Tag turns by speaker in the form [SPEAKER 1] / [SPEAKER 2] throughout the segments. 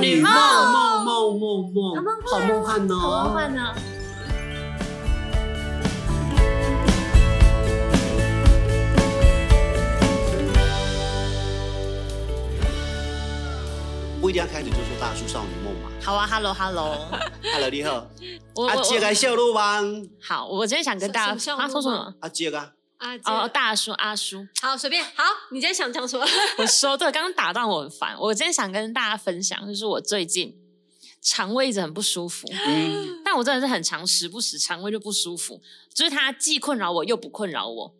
[SPEAKER 1] 女梦
[SPEAKER 2] 梦
[SPEAKER 1] 梦梦梦梦，好梦幻哦！
[SPEAKER 2] 好梦幻呢。
[SPEAKER 1] 不一定要开始就说大叔少女梦嘛。
[SPEAKER 2] 好啊，Hello Hello，
[SPEAKER 1] Hello，你好，
[SPEAKER 2] 我
[SPEAKER 1] 啊，
[SPEAKER 2] 我
[SPEAKER 1] 接个小鹿吧，
[SPEAKER 2] 好，我今天想跟
[SPEAKER 3] 什
[SPEAKER 2] 大
[SPEAKER 3] 什么
[SPEAKER 2] 家
[SPEAKER 3] 项
[SPEAKER 2] 啊
[SPEAKER 3] 目
[SPEAKER 2] 说什
[SPEAKER 3] 吗
[SPEAKER 2] 么？
[SPEAKER 1] 啊，接个，
[SPEAKER 3] 啊，
[SPEAKER 2] 哦，
[SPEAKER 3] 哦，
[SPEAKER 2] 大叔阿叔，
[SPEAKER 3] 好，随便，好，你今天想讲什么？
[SPEAKER 2] 我说对，刚刚打断我很烦。我今天想跟大家分享，就是我最近肠胃一直很不舒服，
[SPEAKER 1] 嗯，
[SPEAKER 2] 但我真的是很常时不时肠胃就不舒服，就是它既困扰我又不困扰我。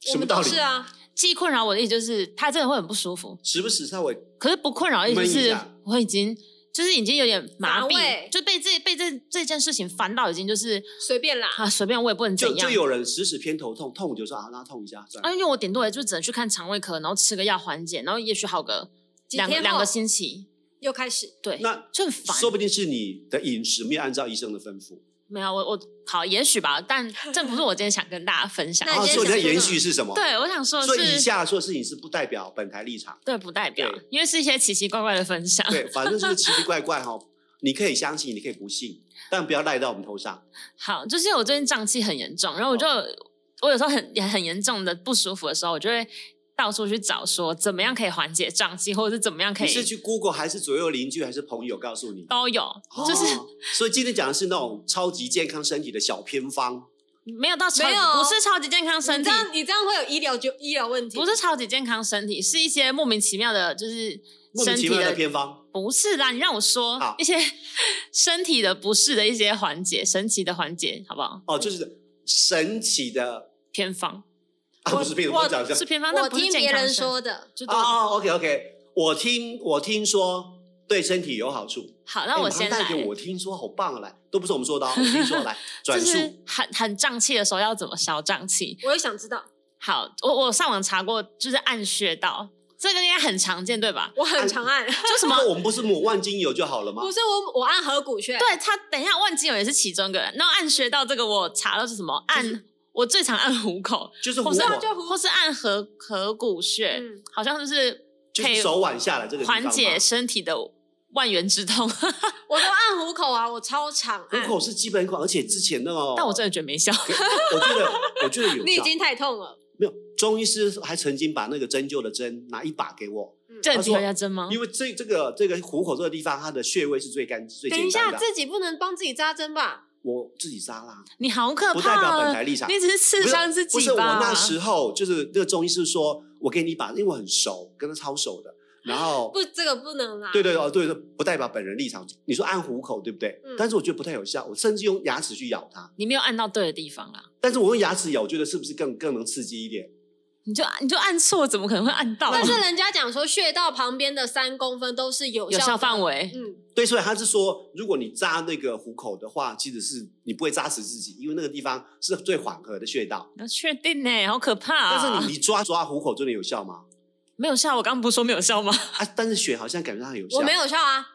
[SPEAKER 1] 什么道理？
[SPEAKER 3] 是啊，
[SPEAKER 2] 既困扰我的意思就是它真的会很不舒服，
[SPEAKER 1] 时不时稍微
[SPEAKER 2] 可是不困扰的意思
[SPEAKER 1] 闷一
[SPEAKER 2] 是
[SPEAKER 1] 下
[SPEAKER 2] 我已经就是已经有点麻
[SPEAKER 3] 乏
[SPEAKER 2] 痹，
[SPEAKER 3] 味
[SPEAKER 2] 就被这被这这件事情烦到已经就是
[SPEAKER 3] 随便啦。
[SPEAKER 2] 啊随便我也不能
[SPEAKER 1] 就
[SPEAKER 2] 怎
[SPEAKER 1] 就
[SPEAKER 2] 样。
[SPEAKER 1] 有人时时偏头痛，痛我就说啊，那痛一下算
[SPEAKER 2] 啊，
[SPEAKER 1] 了。
[SPEAKER 2] 因为我顶多也就只能去看肠胃科，然后吃个药缓解，然后也许好个
[SPEAKER 3] 几
[SPEAKER 2] 两
[SPEAKER 3] 天后
[SPEAKER 2] 两个星期，
[SPEAKER 3] 又开始，
[SPEAKER 2] 对，
[SPEAKER 1] 那
[SPEAKER 2] 就很哎烦。
[SPEAKER 1] 说不定是你的饮食没有按照医生的吩咐，
[SPEAKER 2] 没有，我我好，也许 吧，但这不是我今天想跟大家分享
[SPEAKER 3] 那
[SPEAKER 2] 的。
[SPEAKER 1] 啊，
[SPEAKER 3] 你今天
[SPEAKER 1] 所以你
[SPEAKER 3] 想说
[SPEAKER 1] 的延
[SPEAKER 3] 什么
[SPEAKER 1] 续是什么？，
[SPEAKER 2] 对，我想说
[SPEAKER 1] 所以以
[SPEAKER 2] 是，
[SPEAKER 1] 下说的事情是不代表本台立场，
[SPEAKER 2] 对，不代表
[SPEAKER 1] 对，
[SPEAKER 2] 因为是一些奇奇怪怪的分享。
[SPEAKER 1] 对，反正就是奇奇怪怪哈，你可以相信，你可以不信，但不要赖到我们头上。
[SPEAKER 2] 好，就是我最近胀气很严重，然后我就、
[SPEAKER 1] 哦
[SPEAKER 2] 我有时候很也很严重的不舒服的时候，我就会到处去找说怎么样可以缓解胀气，或者是怎么样可
[SPEAKER 1] 你是
[SPEAKER 2] 以
[SPEAKER 1] 去 Google 还是左右邻居还是朋友告诉你？
[SPEAKER 2] 都有，就是
[SPEAKER 1] 哦，所以今天讲的是那种超级健康身体的小偏方，
[SPEAKER 2] 没有到超
[SPEAKER 3] 没有
[SPEAKER 2] 不是超级健康身
[SPEAKER 3] 你
[SPEAKER 2] 体
[SPEAKER 3] 这。样你这样会有医疗就医疗问题，
[SPEAKER 2] 不是超级健康身体，是一些莫名其妙的，就是
[SPEAKER 1] 莫名
[SPEAKER 2] 身
[SPEAKER 1] 其
[SPEAKER 2] 体
[SPEAKER 1] 妙的
[SPEAKER 2] 的
[SPEAKER 1] 偏方。
[SPEAKER 2] 不是啦，你让我说
[SPEAKER 1] 好
[SPEAKER 2] 一些 身体的不适的一些环节，神奇的环节，好不好？
[SPEAKER 1] 哦，就是神奇的
[SPEAKER 2] 偏方
[SPEAKER 1] 啊，
[SPEAKER 3] 我
[SPEAKER 1] 不是偏
[SPEAKER 3] 我
[SPEAKER 1] 方，我讲一下
[SPEAKER 2] 是偏方，
[SPEAKER 3] 我
[SPEAKER 2] 但啊不是
[SPEAKER 3] 听
[SPEAKER 2] 健
[SPEAKER 3] 别
[SPEAKER 2] 康
[SPEAKER 3] 人
[SPEAKER 2] 身
[SPEAKER 3] 说，的，
[SPEAKER 2] 就对了、
[SPEAKER 1] 哦 o k OK，我听我听说对身体有好处。
[SPEAKER 2] 好，那
[SPEAKER 1] 哎
[SPEAKER 2] 我
[SPEAKER 1] 马上
[SPEAKER 2] 先
[SPEAKER 1] 带
[SPEAKER 2] 来，
[SPEAKER 1] 给我听说好棒啊，来，都不是我们说的、哦，我听 说来转
[SPEAKER 2] 就
[SPEAKER 1] 述
[SPEAKER 2] 是很很胀气的时候要怎么消胀气？
[SPEAKER 3] 我也想知道，
[SPEAKER 2] 好，我我上网查过，就是按穴道，这个应该很常见对吧？
[SPEAKER 3] 我很常按，
[SPEAKER 2] 就什么
[SPEAKER 1] 那我们不是抹万金油就好了吗
[SPEAKER 3] 不？是我我按合谷穴，
[SPEAKER 2] 对他，等一下，万金油也是其中一个人。那按穴道这个我查到是什么？按我最常按虎口，
[SPEAKER 1] 就是
[SPEAKER 2] 或
[SPEAKER 1] 虎
[SPEAKER 2] 是
[SPEAKER 1] 口，
[SPEAKER 3] 啊就
[SPEAKER 2] 或是按合合谷穴，
[SPEAKER 3] 嗯
[SPEAKER 2] 好像就是
[SPEAKER 1] 就
[SPEAKER 2] 可以
[SPEAKER 1] 是手腕下来这个地方
[SPEAKER 2] 缓
[SPEAKER 1] 嘛
[SPEAKER 2] 解身体的万元之痛，
[SPEAKER 1] 哦
[SPEAKER 3] 我都按虎口啊，我超常
[SPEAKER 1] 虎
[SPEAKER 3] 按，
[SPEAKER 1] 口是基本款，而且之前那个，
[SPEAKER 2] 但我真的觉得没效。
[SPEAKER 1] 我觉得我觉得 有
[SPEAKER 3] 你已
[SPEAKER 1] 效，
[SPEAKER 3] 经太痛了，
[SPEAKER 1] 没有中医师还曾经把那个针灸的针拿一把给我，
[SPEAKER 3] 嗯
[SPEAKER 2] 这
[SPEAKER 1] 他
[SPEAKER 2] 你
[SPEAKER 1] 说
[SPEAKER 2] 有要针吗？
[SPEAKER 1] 因为这这个这个虎口这个地方，它的穴位是最干最
[SPEAKER 3] 等一
[SPEAKER 1] 简
[SPEAKER 3] 下
[SPEAKER 1] 单的。
[SPEAKER 3] 自己不能帮自己扎针吧？
[SPEAKER 1] 我自己扎啦，
[SPEAKER 2] 你好可
[SPEAKER 1] 不
[SPEAKER 2] 怕、
[SPEAKER 1] 代表本
[SPEAKER 2] 啊
[SPEAKER 1] 台！立场。
[SPEAKER 2] 你只是
[SPEAKER 1] 不
[SPEAKER 2] 刺
[SPEAKER 1] 是
[SPEAKER 2] 伤自
[SPEAKER 1] 不
[SPEAKER 2] 己
[SPEAKER 1] 是
[SPEAKER 2] 吧？
[SPEAKER 1] 我那时候就是那个中医师说，我给你一把，因为我很熟，跟他超熟的。然 后
[SPEAKER 3] 不，这个不能啦。
[SPEAKER 1] 对对哦对对，不代表本人立场。你说按虎口对不对
[SPEAKER 3] 嗯？
[SPEAKER 1] 但是我觉得不太有效，我甚至用牙齿去咬它。
[SPEAKER 2] 你没有按到对的地方啊啦，
[SPEAKER 1] 但是我用牙齿咬，我觉得是不是更更能刺激一点？
[SPEAKER 2] 你就你就按错，怎么可能会按到？啊
[SPEAKER 3] 但是人家讲说穴道旁边的三公分都是有
[SPEAKER 2] 有效范
[SPEAKER 3] 围，
[SPEAKER 2] 围，
[SPEAKER 3] 嗯，
[SPEAKER 1] 对，所以他是说，如果你扎那个虎口的话，其实是你不会扎死自己，因为那个地方是最缓和的穴道。
[SPEAKER 2] 你要确定呢、好可怕、啊！
[SPEAKER 1] 但是你你抓抓虎口真的有效吗？
[SPEAKER 2] 没有效，我刚刚不是说没有效吗？
[SPEAKER 1] 啊，但是血好像感觉上有效。
[SPEAKER 3] 我没有效啊。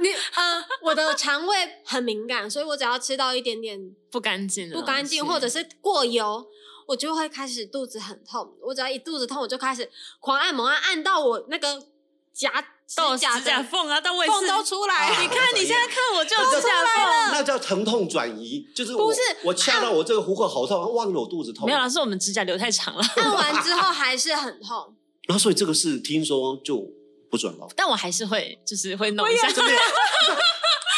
[SPEAKER 3] 你呃，我的肠胃很敏感，所以我只要吃到一点点
[SPEAKER 2] 不干净啊的东
[SPEAKER 3] 不
[SPEAKER 2] 西，
[SPEAKER 3] 干净或者是过油，我就会开始肚子很痛。我只要一肚子痛，我就开始狂按猛按，按到我那个夹
[SPEAKER 2] 到
[SPEAKER 3] 指
[SPEAKER 2] 指
[SPEAKER 3] 甲
[SPEAKER 2] 甲
[SPEAKER 3] 的
[SPEAKER 2] 缝啊，到位置
[SPEAKER 3] 缝都出来。
[SPEAKER 1] 啊
[SPEAKER 2] 你看你现在看我就有
[SPEAKER 1] 都
[SPEAKER 2] 指
[SPEAKER 1] 出
[SPEAKER 2] 甲缝。
[SPEAKER 1] 那叫疼痛转移，就是我
[SPEAKER 3] 不是
[SPEAKER 1] 我掐到我这个虎口好痛，忘了我肚子痛。
[SPEAKER 2] 没有啦，
[SPEAKER 1] 然
[SPEAKER 2] 是我们指甲留太长了。
[SPEAKER 3] 按完之后还是很痛，
[SPEAKER 1] 后所以这个是听说就不准了，
[SPEAKER 2] 但我还是会，就是会弄一下。
[SPEAKER 1] 真的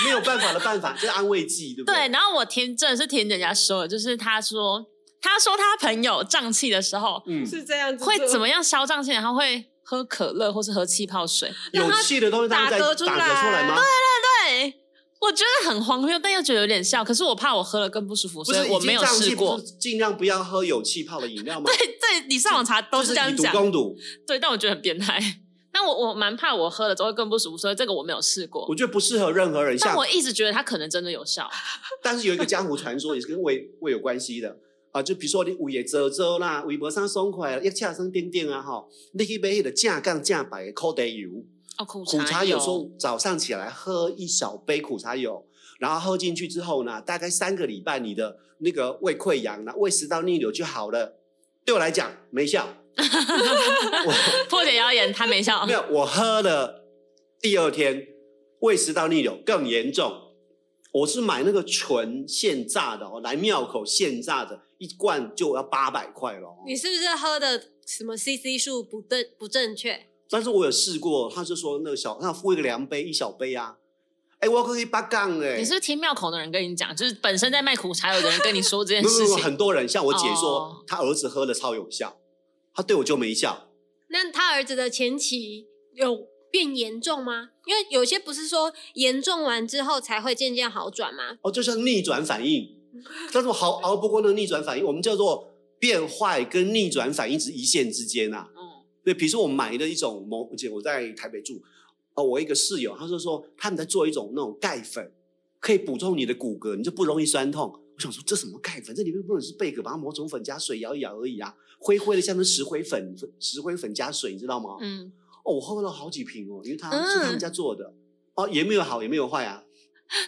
[SPEAKER 1] 没有办法的办法，这是安慰剂，对不
[SPEAKER 2] 对，
[SPEAKER 1] 对？
[SPEAKER 2] 然后我听真的是听人家说的，就是他说他说他朋友胀气的时候
[SPEAKER 1] 嗯，
[SPEAKER 3] 是这样子
[SPEAKER 2] 会怎么样消胀气，然后会喝可乐或是喝气泡水。
[SPEAKER 1] 有气的东西它
[SPEAKER 3] 打
[SPEAKER 1] 在打
[SPEAKER 3] 嗝
[SPEAKER 1] 嗝出
[SPEAKER 3] 出
[SPEAKER 1] 来吗？
[SPEAKER 2] 对，我觉得很荒谬，但又觉得有点笑。可是我怕我喝了更不舒服，
[SPEAKER 1] 不
[SPEAKER 2] 所
[SPEAKER 1] 是
[SPEAKER 2] 以我没有试，
[SPEAKER 1] 已经胀气
[SPEAKER 2] 过
[SPEAKER 1] 不。是尽量不要喝有气泡的饮料吗？
[SPEAKER 2] 对对，你上网查都
[SPEAKER 1] 就是
[SPEAKER 2] 这样
[SPEAKER 1] 以毒
[SPEAKER 2] 讲。
[SPEAKER 1] 攻毒，
[SPEAKER 2] 对，但我觉得很变态。但我我蛮怕我喝了之后会更不舒服，所以这个我没有试过
[SPEAKER 1] 我。觉得不适合任何人。
[SPEAKER 2] 但
[SPEAKER 1] 像
[SPEAKER 2] 我一直觉得它可能真的有效。
[SPEAKER 1] 但是有一个江湖传说也是跟胃 胃有关系的啊，就比如说你胃也折折啦，胃膜上松垮，一恰生丁丁啊吼，你去买那个正杠正白的苦茶油，
[SPEAKER 2] 哦，苦
[SPEAKER 1] 苦
[SPEAKER 2] 茶
[SPEAKER 1] 茶
[SPEAKER 2] 有
[SPEAKER 1] 油 说早上起来喝一小杯苦茶油，然后喝进去之后呢，大概三个礼拜你的那个胃溃疡啦、胃食道逆流就好了。对我来讲没效，我
[SPEAKER 2] 破解谣言，他没笑
[SPEAKER 1] 没。有，我喝了第二天，胃食道逆流更严重。我是买那个纯现榨的哦，来庙口现榨的，一罐就要八百块了哦。
[SPEAKER 3] 你是不是喝的什么 CC 数不对不正确？
[SPEAKER 1] 但是我有试过，他就说那个小，那付一个量杯，一小杯啊。哎，我可以八杠哎，
[SPEAKER 2] 你是不是听庙口的人跟你讲，就是本身在卖苦茶有的人跟你 说这件
[SPEAKER 1] 没有没
[SPEAKER 2] 事
[SPEAKER 1] 有没有
[SPEAKER 2] 情，
[SPEAKER 1] 很多人像我姐
[SPEAKER 2] 哦
[SPEAKER 1] 说，她儿子喝了超有效，她对我就没效。
[SPEAKER 3] 那他儿子的前期有变严重吗？因为有些不是说严重完之后才会渐渐好转吗？
[SPEAKER 1] 哦，就像逆转反应，但是我熬熬不过那个逆转反应，我们叫做变坏跟逆转反应是一线之间啊。
[SPEAKER 2] 嗯，
[SPEAKER 1] 对，比如说我买的一种某，姐我在台北住，哦，我一个室友，他就说他们在做一种那种钙粉，可以补充你的骨骼，你就不容易酸痛。我想说这什么钙粉？这里面不能是贝壳，把它磨成粉加水摇一摇而已啊，灰灰的像是石灰粉，石灰粉加水，你知道吗？
[SPEAKER 2] 嗯，
[SPEAKER 1] 哦，我喝了好几瓶哦，因为它
[SPEAKER 3] 嗯
[SPEAKER 1] 是他们家做的，哦，也没有好也没有坏啊。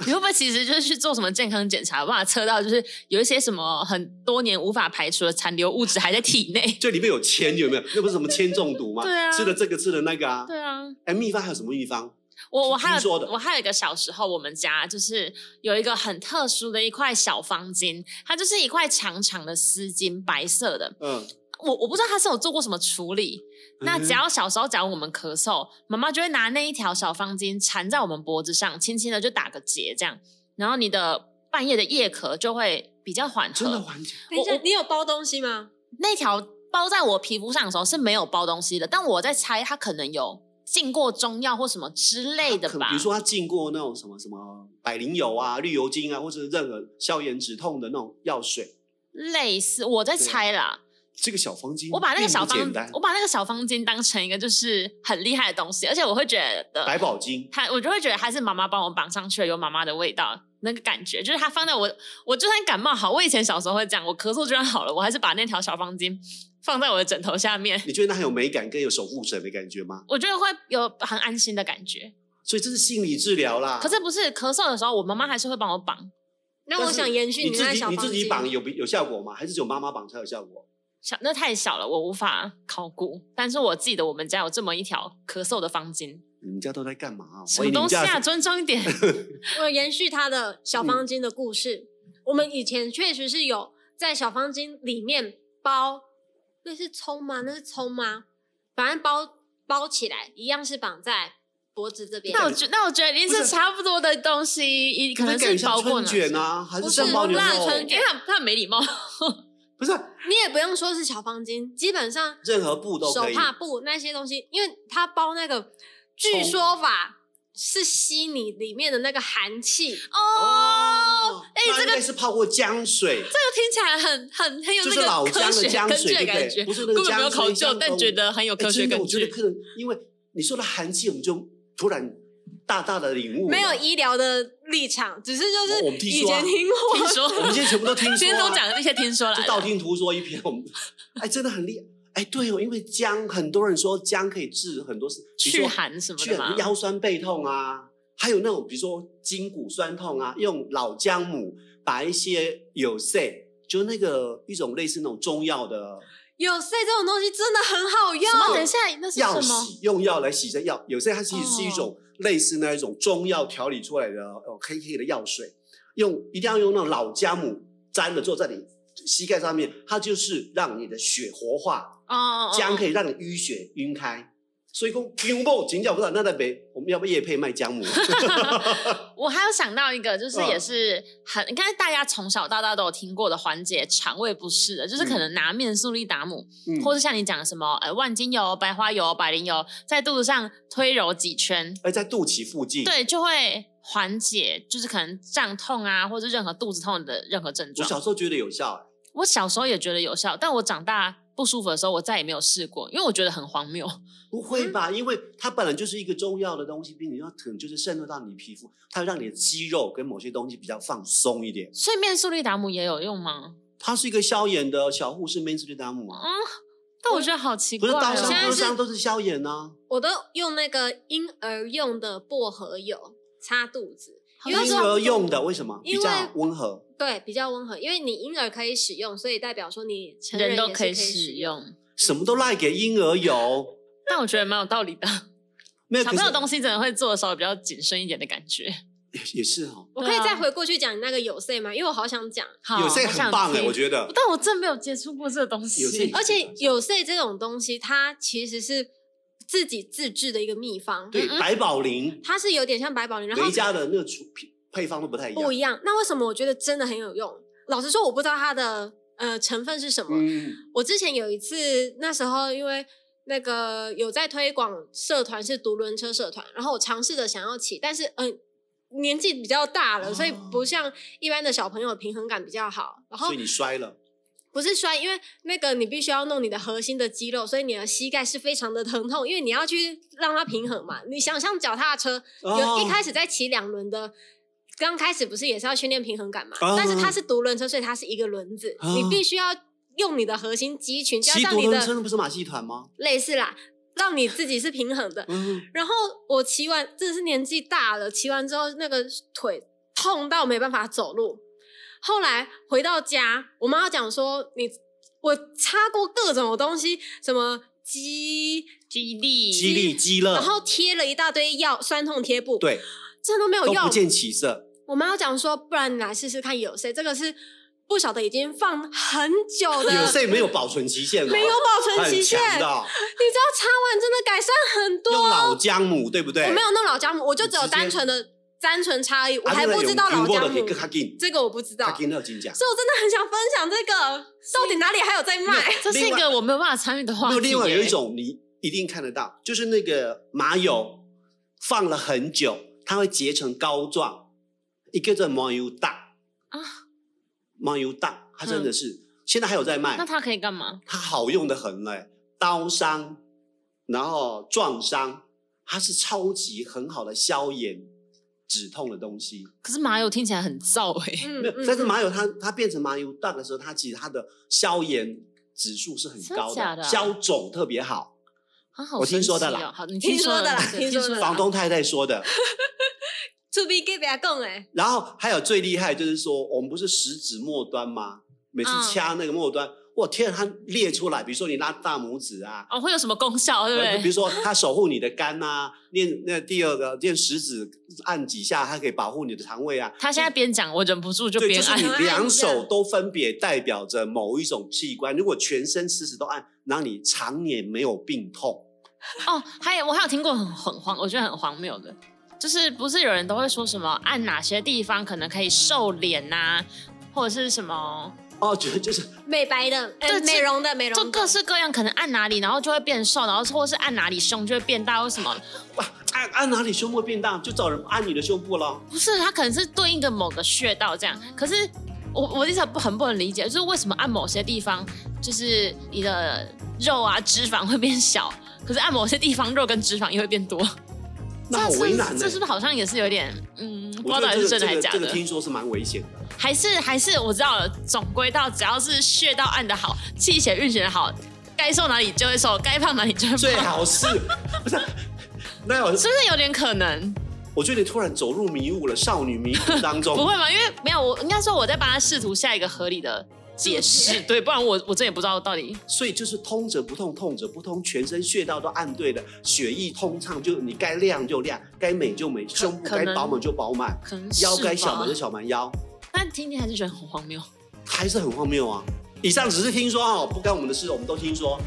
[SPEAKER 2] 你会不会其实就是去做什么健康检查，无法测到就是有一些什么很多年无法排除的残留物质还在体内？
[SPEAKER 1] 就里面有铅，有没有？那不是什么铅中毒吗？
[SPEAKER 2] 对啊
[SPEAKER 1] 吃了这个，吃了那个啊。
[SPEAKER 2] 对啊，
[SPEAKER 1] 哎，秘方还有什么秘方？
[SPEAKER 2] 我我
[SPEAKER 1] 听
[SPEAKER 2] 还有
[SPEAKER 1] 听说的
[SPEAKER 2] 我还有一个小时候，我们家就是有一个很特殊的一块小方巾，它就是一块长长的丝巾，白色的。
[SPEAKER 1] 嗯，
[SPEAKER 2] 我我不知道它是有做过什么处理。那只要小时候，假如我们咳嗽，妈妈就会拿那一条小方巾缠在我们脖子上，轻轻的就打个结，这样，然后你的半夜的夜咳就会比较缓和。
[SPEAKER 1] 真的完全
[SPEAKER 3] 等一下，
[SPEAKER 2] 我
[SPEAKER 3] 你有包东西吗？
[SPEAKER 2] 那条包在我皮肤上的时候是没有包东西的，但我在猜它可能有进过中药或什么之类的
[SPEAKER 1] 可
[SPEAKER 2] 吧。
[SPEAKER 1] 比如说他进过那种什么什么百灵油啊、绿油精啊，或者是任何消炎止痛的那种药水。
[SPEAKER 2] 类似，我在
[SPEAKER 1] 对
[SPEAKER 2] 猜啦。
[SPEAKER 1] 这个小方巾，
[SPEAKER 2] 我把那个小方
[SPEAKER 1] 简单，
[SPEAKER 2] 我把那个小方巾当成一个就是很厉害的东西，而且我会觉得
[SPEAKER 1] 百宝金，
[SPEAKER 2] 它，我就会觉得它是妈妈帮我绑上去的，有妈妈的味道。那个感觉就是它放在我，我就算感冒好，我以前小时候会这样，我咳嗽就算好了，我还是把那条小方巾放在我的枕头下面，
[SPEAKER 1] 你觉得那很有美感，跟有守护神的感觉吗？
[SPEAKER 2] 我觉得会有很安心的感觉。
[SPEAKER 1] 所以这是心理治疗啦。
[SPEAKER 2] 可是不是咳嗽的时候，我妈妈还是会帮我绑
[SPEAKER 3] 那我
[SPEAKER 1] 但是
[SPEAKER 3] 想延续
[SPEAKER 1] 你
[SPEAKER 3] 那
[SPEAKER 1] 自己
[SPEAKER 3] 小
[SPEAKER 1] 你
[SPEAKER 3] 方
[SPEAKER 1] 自己
[SPEAKER 3] 巾
[SPEAKER 1] 绑有有效果吗？还是只有妈妈绑才有效果？
[SPEAKER 2] 小，那太小了，我无法考古。但是我记得我们家有这么一条咳嗽的方巾，
[SPEAKER 1] 你们家都在干嘛啊？
[SPEAKER 2] 什
[SPEAKER 1] 我以为
[SPEAKER 2] 么
[SPEAKER 1] 你
[SPEAKER 2] 东
[SPEAKER 1] 们
[SPEAKER 2] 西
[SPEAKER 1] 家
[SPEAKER 2] 啊？
[SPEAKER 1] 是
[SPEAKER 2] 尊重一 点。
[SPEAKER 3] 我延续他的小方巾的故事。我们以前确实是有在小方巾里面包，那是葱吗？那是葱吗？反正包包起来，一样是绑在脖子这边。
[SPEAKER 2] 那我觉那我觉得一定
[SPEAKER 1] 不
[SPEAKER 2] 是
[SPEAKER 1] 是
[SPEAKER 2] 差不多的东西，一可
[SPEAKER 1] 那
[SPEAKER 2] 能
[SPEAKER 1] 感觉
[SPEAKER 2] 是包
[SPEAKER 1] 像春
[SPEAKER 2] 过呢。
[SPEAKER 1] 卷啊，还
[SPEAKER 3] 不
[SPEAKER 1] 是
[SPEAKER 3] 是
[SPEAKER 1] 像包牛肉
[SPEAKER 3] 辣？春
[SPEAKER 2] 因为他他很没礼貌，
[SPEAKER 1] 不是啊
[SPEAKER 3] 你也不用说是小方巾，基本上
[SPEAKER 1] 任何布都
[SPEAKER 3] 手
[SPEAKER 1] 可以。
[SPEAKER 3] 帕布那些东西，因为它包那个，据
[SPEAKER 1] 葱
[SPEAKER 3] 说法是吸你里面的那个寒气，
[SPEAKER 1] 哦，
[SPEAKER 2] 哎
[SPEAKER 1] 那
[SPEAKER 2] 这
[SPEAKER 1] 应
[SPEAKER 2] 个
[SPEAKER 1] 该是泡过姜水，
[SPEAKER 2] 就听起来很很很有
[SPEAKER 1] 就
[SPEAKER 2] 那
[SPEAKER 1] 是老
[SPEAKER 2] 个科
[SPEAKER 1] 姜的
[SPEAKER 2] 学
[SPEAKER 1] 姜
[SPEAKER 2] 根
[SPEAKER 1] 水，
[SPEAKER 2] 据的
[SPEAKER 1] 对不
[SPEAKER 2] 感
[SPEAKER 1] 对？
[SPEAKER 2] 觉，
[SPEAKER 1] 不是那
[SPEAKER 2] 根
[SPEAKER 1] 个
[SPEAKER 2] 本没有
[SPEAKER 1] 姜
[SPEAKER 2] 考
[SPEAKER 1] 水
[SPEAKER 2] 究，
[SPEAKER 1] 姜
[SPEAKER 2] 但
[SPEAKER 1] 头
[SPEAKER 2] 觉得很有
[SPEAKER 1] 哎
[SPEAKER 2] 科学
[SPEAKER 1] 真的
[SPEAKER 2] 根
[SPEAKER 1] 我觉
[SPEAKER 2] 据
[SPEAKER 1] 得。可能因为你说的寒气，我们就突然大大的领悟了。
[SPEAKER 3] 没有医疗的立场，只是就
[SPEAKER 1] 我
[SPEAKER 3] 是
[SPEAKER 1] 我们听
[SPEAKER 3] 以
[SPEAKER 1] 说啊
[SPEAKER 3] 前听过，
[SPEAKER 2] 听说，
[SPEAKER 1] 我们今天全部都听说啊，
[SPEAKER 2] 今天都讲那些听说来
[SPEAKER 1] 就道
[SPEAKER 2] 的，
[SPEAKER 1] 听途说一篇。我们哎，真的很厉害。哎，对哦，因为姜，很多人说姜可以治很多事，比如
[SPEAKER 2] 去
[SPEAKER 1] 说
[SPEAKER 2] 寒什么
[SPEAKER 1] 去
[SPEAKER 2] 的哦嘛
[SPEAKER 1] 很。腰酸背痛啊，还有那种比如说筋骨酸痛啊，用老姜母把一些有塞，就那个一种类似那种中药的
[SPEAKER 3] 有塞这种东西真的很好用
[SPEAKER 2] 什。么？等一下，那是哦
[SPEAKER 1] 药
[SPEAKER 2] 什么？
[SPEAKER 1] 洗，用药来洗这药，有塞它其实是一种类似那一种中药调理出来的哦黑黑的药水，用一定要用那种老姜母沾了坐在你膝盖上面，它就是让你的血活化。
[SPEAKER 2] 哦哦，哦
[SPEAKER 1] 姜可以让你淤血晕开。所以讲姜母紧脚不到，那在北我们要不要叶配卖 姜母？
[SPEAKER 2] 我还有想到一个，就是
[SPEAKER 1] 嗯
[SPEAKER 2] 也是很，应该大家从小到大都有听过的缓解肠胃不适的，就是可能拿面速力达姆，
[SPEAKER 1] 嗯
[SPEAKER 2] 或是像你讲的什么呃万金油、白花油、百灵油，在肚子上推揉几圈，
[SPEAKER 1] 而哎在肚脐附近。，
[SPEAKER 2] 对，就会缓解，就是可能胀痛啊，或者任何肚子痛的任何症
[SPEAKER 1] 我
[SPEAKER 2] 状。
[SPEAKER 1] 小时候觉得有效，哎
[SPEAKER 2] 我小时候也觉得有效，但我长大不舒服的时候，我再也没有试过，因为我觉得很荒谬。
[SPEAKER 1] 不会吧？因为它本来就是一个中药的东西，并且它可能就是渗透到你皮肤，它会让你的肌肉跟某些东西比较放松一点。
[SPEAKER 2] 所以面速力达姆也有用吗？
[SPEAKER 1] 它是一个消炎的小护士 m e n s 达姆啊，
[SPEAKER 2] 嗯，但我觉得好奇
[SPEAKER 1] 不
[SPEAKER 2] 怪、
[SPEAKER 1] 是
[SPEAKER 2] 哦。
[SPEAKER 1] 刀伤
[SPEAKER 3] 现在
[SPEAKER 1] 割
[SPEAKER 3] 是
[SPEAKER 1] 伤都是消炎啊。
[SPEAKER 3] 我都用那个婴儿用的薄荷油擦肚子，
[SPEAKER 2] 好
[SPEAKER 3] 因
[SPEAKER 2] 像
[SPEAKER 3] 为
[SPEAKER 1] 婴
[SPEAKER 3] 说
[SPEAKER 1] 儿用的为什么
[SPEAKER 3] 因
[SPEAKER 1] 比
[SPEAKER 3] 为
[SPEAKER 1] 较温和？
[SPEAKER 3] 对比较温和，因为你婴儿可以使用，所以代表说你成
[SPEAKER 2] 人
[SPEAKER 3] 人
[SPEAKER 2] 都
[SPEAKER 3] 也是
[SPEAKER 2] 可
[SPEAKER 3] 可
[SPEAKER 2] 以
[SPEAKER 3] 使
[SPEAKER 2] 使。用，
[SPEAKER 1] 什么都赖给婴儿油。
[SPEAKER 2] 但我觉得蛮有道理的。
[SPEAKER 1] 没有
[SPEAKER 2] 小
[SPEAKER 1] 可
[SPEAKER 2] 朋友
[SPEAKER 1] 是
[SPEAKER 2] 东西真的会做的稍微比较谨慎一点的感觉。
[SPEAKER 1] 也也是哦，
[SPEAKER 3] 我可以
[SPEAKER 2] 对啊啊
[SPEAKER 3] 再回过去讲你那个有 C 吗？因为我好想讲，
[SPEAKER 2] 好，
[SPEAKER 1] 有些很棒哎，我
[SPEAKER 2] 得。
[SPEAKER 1] 觉得
[SPEAKER 2] 但我真没有接触过这个东
[SPEAKER 1] 有些
[SPEAKER 2] 西，
[SPEAKER 3] 而且有 C 这种东西，它其实是自己自制的一个秘方，
[SPEAKER 1] 对
[SPEAKER 2] 嗯嗯
[SPEAKER 1] 百宝林
[SPEAKER 3] 它是有点像百宝林，然后
[SPEAKER 1] 每一家的那个出品配方都不太一
[SPEAKER 3] 不
[SPEAKER 1] 样，
[SPEAKER 3] 一样。那为什么我觉得真的很有用？老实说，我不知道它的呃成分是什么。
[SPEAKER 1] 嗯，
[SPEAKER 3] 我之前有一次，那时候因为那个有在推广社团是独轮车社团，然后我尝试着想要骑，但是嗯、年纪比较大了，所以
[SPEAKER 1] 哦
[SPEAKER 3] 不像一般的小朋友平衡感比较好。然后
[SPEAKER 1] 所以你摔了，
[SPEAKER 3] 不是摔，因为那个你必须要弄你的核心的肌肉，所以你的膝盖是非常的疼痛，因为你要去让它平衡嘛。你想象脚踏车，有
[SPEAKER 1] 哦
[SPEAKER 3] 一开始在骑两轮的，刚开始不是也是要训练平衡感嘛？
[SPEAKER 1] 哦
[SPEAKER 3] 但是它是独轮车，所以它是一个轮子，
[SPEAKER 1] 哦
[SPEAKER 3] 你必须要用你的核心肌群加
[SPEAKER 1] 骑
[SPEAKER 3] 上
[SPEAKER 1] 独
[SPEAKER 3] 你
[SPEAKER 1] 轮车
[SPEAKER 3] 的
[SPEAKER 1] 那不是马戏团吗？
[SPEAKER 3] 类似啦，让你自己是平衡的。
[SPEAKER 1] 嗯，
[SPEAKER 3] 然后我骑完，真的是年纪大了，骑完之后那个腿痛到没办法走路。后来回到家，我妈讲说你，我擦过各种东西，什么鸡，
[SPEAKER 2] 激励，
[SPEAKER 1] 激励激乐，
[SPEAKER 3] 然后贴了一大堆药，酸痛贴布，，
[SPEAKER 1] 嗯对
[SPEAKER 3] 真的都没有
[SPEAKER 1] 都
[SPEAKER 3] 用
[SPEAKER 1] 不。见起色，
[SPEAKER 3] 我妈讲说，不然你来试试看有谁，这个是不晓得已经放很久的，
[SPEAKER 1] 有些没有保存期限哦，
[SPEAKER 3] 没有保存
[SPEAKER 1] 很
[SPEAKER 3] 期限，你
[SPEAKER 1] 强
[SPEAKER 3] 知
[SPEAKER 1] 的
[SPEAKER 3] 道
[SPEAKER 1] 哦，
[SPEAKER 3] 擦完真的改善很多。
[SPEAKER 1] 用老姜母对不对？
[SPEAKER 3] 我没有弄老姜母，我就只有
[SPEAKER 1] 直接
[SPEAKER 3] 单纯的单纯差异，我
[SPEAKER 1] 啊，
[SPEAKER 3] 还不知道老姜母，
[SPEAKER 1] 卡金，
[SPEAKER 3] 这个我不知道，
[SPEAKER 1] 卡
[SPEAKER 3] 所以
[SPEAKER 1] 金要金奖。
[SPEAKER 3] 我真的很想分享这个，到底哪里还有在卖？
[SPEAKER 2] 这是一
[SPEAKER 1] 另
[SPEAKER 2] 个我没有办法参与的话
[SPEAKER 1] 那
[SPEAKER 2] 题。
[SPEAKER 1] 另外有一，种你一定看得到，就是那个麻油放了很久，它会结成膏状，一个叫麻油蛋
[SPEAKER 2] 啊，
[SPEAKER 1] 麻油蛋，它真的是、
[SPEAKER 3] 嗯
[SPEAKER 1] 现在还有在卖
[SPEAKER 2] 那，它可以干嘛？
[SPEAKER 1] 它好用的很嘞，刀伤，然后撞伤，它是超级很好的消炎止痛的东西。
[SPEAKER 2] 可是麻油听起来很燥哎、
[SPEAKER 3] 嗯
[SPEAKER 1] 没有，但是麻油它它变成麻油蛋的时候，它其实它的消炎指数是很
[SPEAKER 2] 真的
[SPEAKER 1] 高
[SPEAKER 2] 假的啊
[SPEAKER 1] 消肿特别好。
[SPEAKER 2] 啊好
[SPEAKER 1] 我听
[SPEAKER 2] 神
[SPEAKER 1] 说
[SPEAKER 2] 奇
[SPEAKER 1] 的啦
[SPEAKER 2] 哦好，你
[SPEAKER 3] 听说
[SPEAKER 2] 说
[SPEAKER 3] 的啦
[SPEAKER 2] 对
[SPEAKER 3] 听
[SPEAKER 2] 听
[SPEAKER 3] 说的啦
[SPEAKER 2] 的
[SPEAKER 1] 房东太太说 的。
[SPEAKER 3] to be give 别供哎，
[SPEAKER 1] 然后还有最厉害就是说，我们不是食指末端吗？每次
[SPEAKER 2] 嗯
[SPEAKER 1] 掐那个末端，我天啊，它裂出来。比如说你拉大拇指啊，
[SPEAKER 2] 哦，会有什么功效，对不
[SPEAKER 1] 呃比
[SPEAKER 2] 对？
[SPEAKER 1] 如说它守护你的肝啊，练那第二个练食指按几下，它可以保护你的肠胃啊。
[SPEAKER 2] 他现在边讲，我忍不住就
[SPEAKER 1] 对，
[SPEAKER 2] 边
[SPEAKER 1] 就是
[SPEAKER 2] 按。
[SPEAKER 1] 你
[SPEAKER 3] 按
[SPEAKER 1] 两手都分别代表着某一种器官。如果全身时时都按，然后你常年没有病痛。
[SPEAKER 2] 哦，还有我还有听过很很荒，我觉得很荒谬的，就是不是有人都会说什么按哪些地方可能可以瘦脸呐、或者是什么，
[SPEAKER 1] 哦，觉得就是
[SPEAKER 3] 美白的，
[SPEAKER 2] 对
[SPEAKER 3] 呃
[SPEAKER 2] 这
[SPEAKER 3] 美容的，美容的，
[SPEAKER 2] 就各式各样，可能按哪里然后就会变瘦，然后或是按哪里胸就会变大，或什么？
[SPEAKER 1] 哇，按按哪里胸部变大，就找人按你的胸部咯。
[SPEAKER 2] 不是，它可能是对应的某个穴道这样。可是我我一直不很不能理解，就是为什么按某些地方，就是你的肉啊脂肪会变小，可是按某些地方肉跟脂肪又会变多。
[SPEAKER 1] 那好
[SPEAKER 2] 这是
[SPEAKER 1] 为难呢、欸
[SPEAKER 2] 这是不是好像也是有点嗯，不知
[SPEAKER 1] 我觉
[SPEAKER 2] 道到
[SPEAKER 1] 得
[SPEAKER 2] 底
[SPEAKER 1] 这个
[SPEAKER 2] 是真的还
[SPEAKER 1] 这
[SPEAKER 2] 是假
[SPEAKER 1] 个
[SPEAKER 2] 的？
[SPEAKER 1] 这个听说是蛮危险的。
[SPEAKER 2] 还是还是我知道了，总归到只要是穴道按的好，气血运行的好，该瘦哪里就会瘦，该胖哪里就会
[SPEAKER 1] 最
[SPEAKER 2] 胖，
[SPEAKER 1] 好 是不是？那我
[SPEAKER 2] 是不是有点可能？
[SPEAKER 1] 我觉得你突然走入迷雾了，少女迷雾当
[SPEAKER 2] 不
[SPEAKER 1] 中。
[SPEAKER 2] 会吧？因为没有我，应该说我在帮他试图下一个合理的解释，对，不然我我真也不知道到底
[SPEAKER 1] 所以就是通则不痛，痛则不通，全身穴道都按对了，血液通畅，就你该亮就亮，该美就美，胸部
[SPEAKER 2] 可
[SPEAKER 1] 该
[SPEAKER 2] 能
[SPEAKER 1] 饱满就饱满，
[SPEAKER 2] 可能是
[SPEAKER 1] 腰该小
[SPEAKER 2] 吧
[SPEAKER 1] 蛮就小蛮腰，
[SPEAKER 2] 但听听还是觉得很荒谬。
[SPEAKER 1] 啊还是很荒谬啊！以上只是听说哦，不干我们的事，我们都听说。